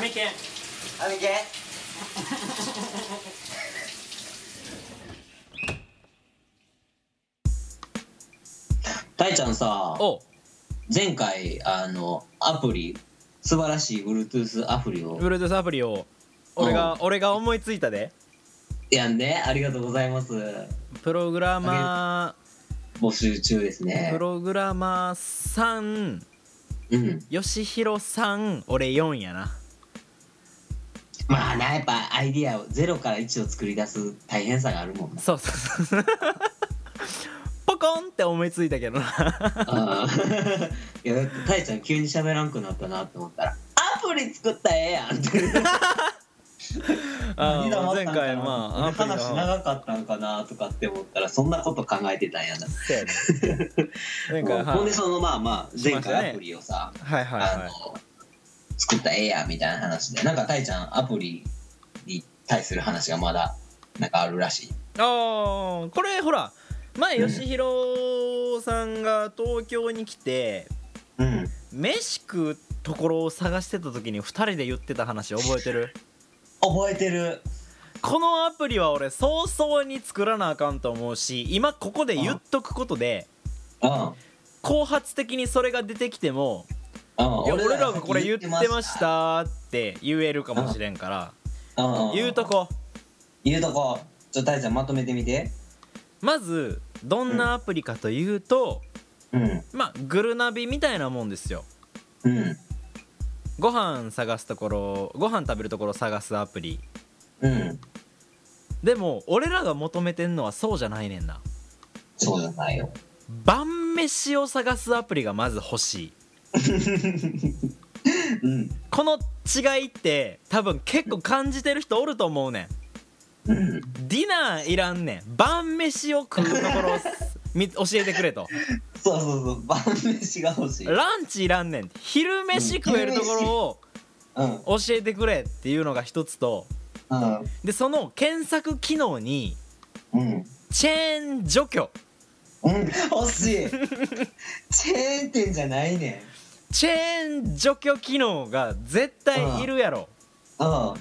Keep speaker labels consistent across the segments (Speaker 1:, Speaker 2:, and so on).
Speaker 1: メ犬
Speaker 2: あみけ
Speaker 3: たいちゃんさ
Speaker 1: おう
Speaker 3: 前回あのアプリ素晴らしい Bluetooth アプリを
Speaker 1: Bluetooth アプリを俺が俺が思いついたで
Speaker 3: やんでありがとうございます
Speaker 1: プログラマ
Speaker 3: 募集中です
Speaker 1: ー
Speaker 3: ね
Speaker 1: プログラマーさん
Speaker 3: うん
Speaker 1: 吉弘さん俺4やな
Speaker 3: まあなやっぱアイディアを0から1を作り出す大変さがあるも んな
Speaker 1: そうそうそうポコンって思いついたけど な
Speaker 3: あーいやだってたいちゃん急に喋らんくなったなって思ったらアプリ作ったらええやんって
Speaker 1: あ
Speaker 3: 何
Speaker 1: の
Speaker 3: 黙っ
Speaker 1: 前
Speaker 3: たんか
Speaker 1: 回
Speaker 3: な
Speaker 1: まあアプリの
Speaker 3: 話長かったんかなとかって思ったらそんなこと考えてたんやな
Speaker 1: そうやね前回
Speaker 3: ほん
Speaker 1: は
Speaker 3: で
Speaker 1: い
Speaker 3: そのまあまあ
Speaker 1: しま
Speaker 3: 前
Speaker 1: したね
Speaker 3: 回アプリをさ、
Speaker 1: はいはい
Speaker 3: あの作ったらええやみたいな話でなんかたいちゃんアプリに対する話がまだなんかあるらしい
Speaker 1: あーこれほら前
Speaker 3: うん
Speaker 1: 吉弘さんが東京に来て
Speaker 3: うん
Speaker 1: 飯食うところを探してた時に2人で言ってた話覚えて る
Speaker 3: 覚えてる
Speaker 1: このアプリは俺早々に作らなあかんと思うし今ここで言っとくことで
Speaker 3: うん
Speaker 1: 後発的にそれが出てきても
Speaker 3: うん
Speaker 1: 「いや俺らがこれ言ってま
Speaker 3: た
Speaker 1: した」って言えるかもしれんから
Speaker 3: うん
Speaker 1: 言うとこ
Speaker 3: 言うとこちょっとたいちゃんまとめてみて
Speaker 1: まずどんなアプリかというと
Speaker 3: うん
Speaker 1: まあグルナビみたいなもんですよ
Speaker 3: うん
Speaker 1: ご飯探すところご飯食べるところ探すアプリ
Speaker 3: うん
Speaker 1: でも俺らが求めてんのはそうじゃないねんな
Speaker 3: そうじゃないよ
Speaker 1: 晩飯を探すアプリがまず欲しい
Speaker 3: うん
Speaker 1: この違いって多分結構感じてる人おると思うね
Speaker 3: うん
Speaker 1: んディナーいらんねん晩飯を食うところをみ教えてくれと
Speaker 3: そうそうそう晩飯が欲しいうん
Speaker 1: ランチいらんねん昼飯食えるとこ
Speaker 3: うん
Speaker 1: ろを教えてくれっていうのが一つとでその検索機能に
Speaker 3: うん
Speaker 1: チェーン除去
Speaker 3: うん欲しいチェーン店じゃないねん
Speaker 1: チェーン除去機能が絶対いるやろ、
Speaker 3: うん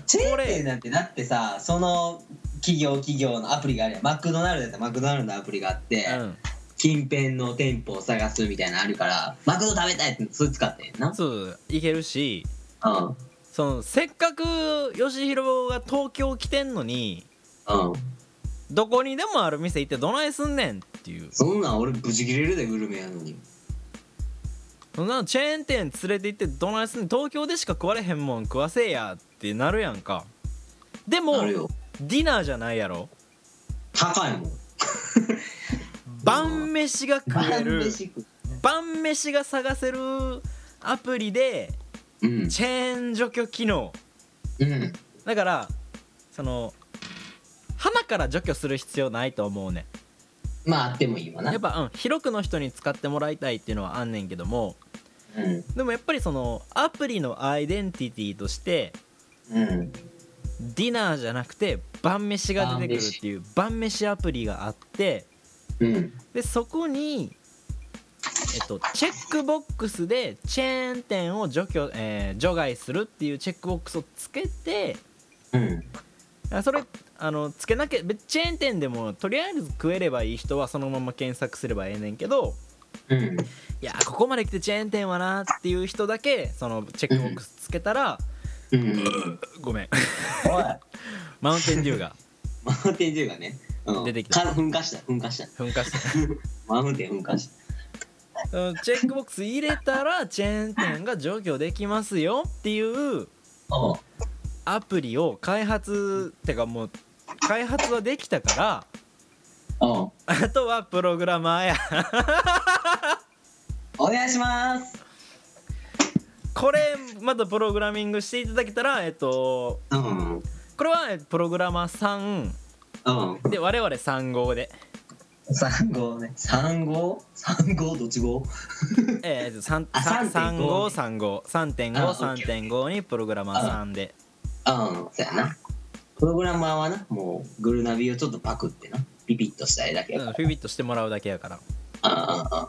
Speaker 3: チェー
Speaker 1: こ
Speaker 3: ン
Speaker 1: れ
Speaker 3: 店なんてだってさその企業企業のアプリがあるやんマクドナルドやったらマクドナルドのアプリがあって、
Speaker 1: う、
Speaker 3: 近辺の店舗を探すみたいなのあるからマクド食べたいってそれ使ってんなん
Speaker 1: そういけるし
Speaker 3: うんうん
Speaker 1: そのせっかく吉弘が東京来てんのにどこにでもある店行ってどないすんねんっていう
Speaker 3: そんなん俺ブチ切れるでグルメやのに
Speaker 1: そんなのチェーン店連れて行ってどないすんねん東京でしか食われへんもん食わせえやってなるやんかでも
Speaker 3: なるよ
Speaker 1: ディナーじゃないやろ
Speaker 3: 高いもん
Speaker 1: 晩飯が食え
Speaker 3: 晩
Speaker 1: る
Speaker 3: 飯食う
Speaker 1: 晩飯が探せるアプリで
Speaker 3: うん
Speaker 1: チェーン除去機能
Speaker 3: うん
Speaker 1: だからその花から除去する必要ないと思うね
Speaker 3: まああってもいいわな
Speaker 1: やっぱ、うん、広くの人に使ってもらいたいっていうのはあんねんけども
Speaker 3: うん
Speaker 1: でもやっぱりそのアプリのアイデンティティとして
Speaker 3: うん
Speaker 1: ディナーじゃなくて晩飯が出てくるっていう晩飯アプリがあって
Speaker 3: うん
Speaker 1: でそこに、えっと、チェックボックスでチェーン店を除去、えー除外するっていうチェックボックスをつけて
Speaker 3: うん
Speaker 1: あそれあのつけなきゃ別チェーン店でもとりあえず食えればいい人はそのまま検索すればええねんけど
Speaker 3: うん
Speaker 1: いやーここまで来てチェーン店はなーっていう人だけそのチェックボックスつけたら、
Speaker 3: うん
Speaker 1: ごめん
Speaker 3: おい
Speaker 1: マウンテンデューが
Speaker 3: マウンテンデューがね、うん、
Speaker 1: 出てきた
Speaker 3: か噴火した噴火した
Speaker 1: 噴火して
Speaker 3: マウンテン噴火した
Speaker 1: そのチェックボックス入れたらチェーン店が除去できますよっていう
Speaker 3: おう
Speaker 1: アプリを開発てかもう開発はできたから
Speaker 3: おう
Speaker 1: あとはプログラマーや
Speaker 3: お願いします
Speaker 1: これまたプログラミングしていただけたらえっと
Speaker 3: うん
Speaker 1: これはえプログラマーさん
Speaker 3: うん
Speaker 1: で我々3号で、
Speaker 3: 三号ね。三号？三号どっち号？
Speaker 1: えー、3
Speaker 3: あ
Speaker 1: 3
Speaker 3: 3.5
Speaker 1: 号3号3.53.5
Speaker 3: あオッケー
Speaker 1: にプログラマーさんで
Speaker 3: うん、そうやな。プログラマーはな、もうグルナビをちょっとパクってな、ピピッとしたいだけ
Speaker 1: う
Speaker 3: や
Speaker 1: ん
Speaker 3: か
Speaker 1: フィビットしてもらうだけやから
Speaker 3: ら。うんうんうん。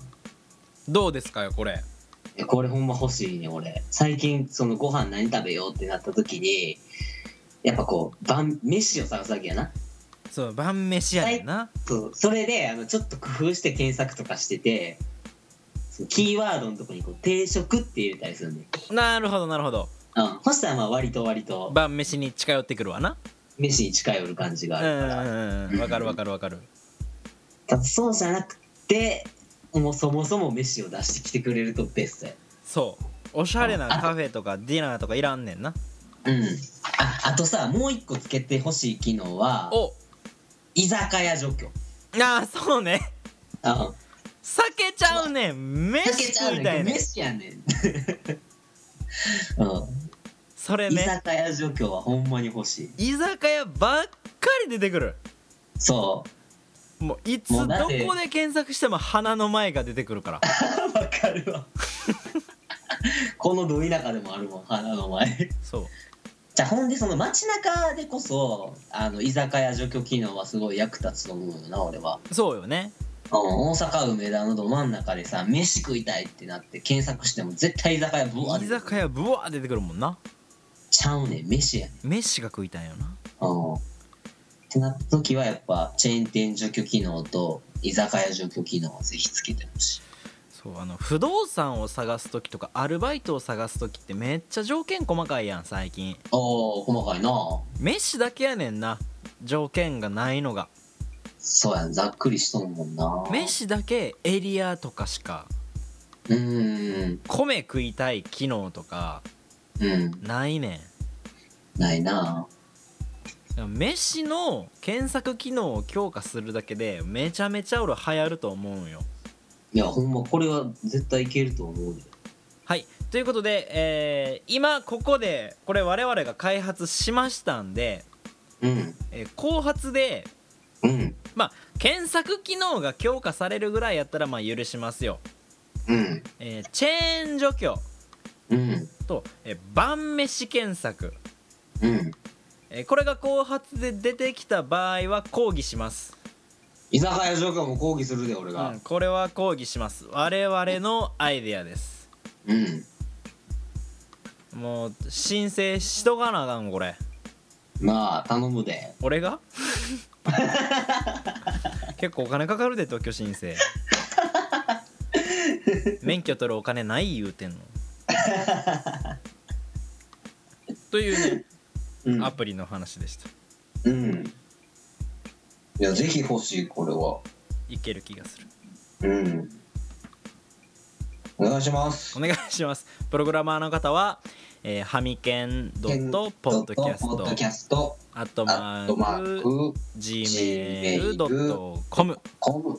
Speaker 1: どうですかよこれ
Speaker 3: えこれほんま欲しいね俺最近そのご飯何食べようってなった時にやっぱこう晩飯を探すわけやな
Speaker 1: そう晩飯やねんな、
Speaker 3: そうそれであのちょっと工夫して検索とかしててそのキーワードのとこにこう定食って入れたりするね、
Speaker 1: なるほどなるほど
Speaker 3: うん、そしたらまあ割と割と
Speaker 1: 晩飯に近寄ってくるわな
Speaker 3: 飯に近寄る感じがあ
Speaker 1: うん
Speaker 3: るか
Speaker 1: う
Speaker 3: ら、
Speaker 1: んうんわかるわかるわかる
Speaker 3: ただそうじゃなくてもうそもそも飯を出してきてくれるとベストや
Speaker 1: そうおしゃれなカフェとかディナーとかいらんねんな
Speaker 3: うんああとさもう一個つけてほしい機能は
Speaker 1: お
Speaker 3: 居酒屋除去
Speaker 1: ああそうね
Speaker 3: あ
Speaker 1: 避けちゃうねん飯
Speaker 3: 避けちゃう
Speaker 1: みた
Speaker 3: ね
Speaker 1: い
Speaker 3: ん
Speaker 1: ね
Speaker 3: 飯やねん、 う
Speaker 1: それ
Speaker 3: ん、居
Speaker 1: ね
Speaker 3: 酒屋除去はほんまに欲しい
Speaker 1: 居酒屋ばっかり出てくる
Speaker 3: そう
Speaker 1: もういつど
Speaker 3: もう
Speaker 1: こ
Speaker 3: なぜ
Speaker 1: で検索しても花の前が出てくるから
Speaker 3: わかるわこのど田舎でもあるもん花の前
Speaker 1: そう
Speaker 3: じゃあほんでその街中でこそあの居酒屋除去機能はすごい役立つと思うよな俺は、
Speaker 1: そうよね
Speaker 3: うん、大阪梅田のど真ん中でさ飯食いたいってなって検索しても絶対居酒屋ブワー
Speaker 1: 居酒屋ブワー出てくるもんな
Speaker 3: ちゃうねん飯やねん
Speaker 1: 飯が食いたいよな
Speaker 3: うんってなった時はやっぱチェーン店除去機能と居酒屋除去機能はぜひつけてほしい
Speaker 1: そうあの不動産を探す時とかアルバイトを探す時ってめっちゃ条件細かいやん最近
Speaker 3: おお細かいな
Speaker 1: 飯だけやねんな条件がないのが
Speaker 3: そうやんざっくりしとんもんな
Speaker 1: 飯だけエリアとかしか
Speaker 3: うーん
Speaker 1: 米食いたい機能とか
Speaker 3: うん
Speaker 1: ないね
Speaker 3: ないなん
Speaker 1: 飯の検索機能を強化するだけでめちゃめちゃ俺流行ると思うんよ
Speaker 3: いやほんまこれは絶対いけると思うよ
Speaker 1: はいということで、えー今ここでこれ我々が開発しましたんで、
Speaker 3: うん
Speaker 1: えー後発で
Speaker 3: うん
Speaker 1: まあ検索機能が強化されるぐらいやったらまあ許しますよ、
Speaker 3: うん
Speaker 1: えーチェーン除去
Speaker 3: うん
Speaker 1: と、えー晩飯検索、
Speaker 3: うん
Speaker 1: えーこれが後発で出てきた場合は抗議します、
Speaker 3: 居酒屋除去も抗議するで俺
Speaker 1: うん、これは抗議します我々のアイデアです
Speaker 3: うん
Speaker 1: もう申請しとかなあかんこれ
Speaker 3: まあ頼むで
Speaker 1: 俺 が結構お金かかるで特許申請免許取るお金ない言う てんのというね
Speaker 3: う
Speaker 1: アプリの話でした
Speaker 3: うんいやぜひ欲しいこれはい
Speaker 1: ける気がする
Speaker 3: うんお願いします
Speaker 1: お願いしますプログラマーの方は、えー、はみけん .podcast アットマ
Speaker 3: アットマ
Speaker 1: ー
Speaker 3: ー
Speaker 1: ク
Speaker 3: ク
Speaker 1: gmail.com
Speaker 3: コム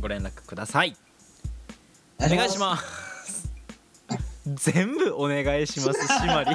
Speaker 1: ご連絡ください
Speaker 3: お
Speaker 1: お願いします。全部お願いします、しまり。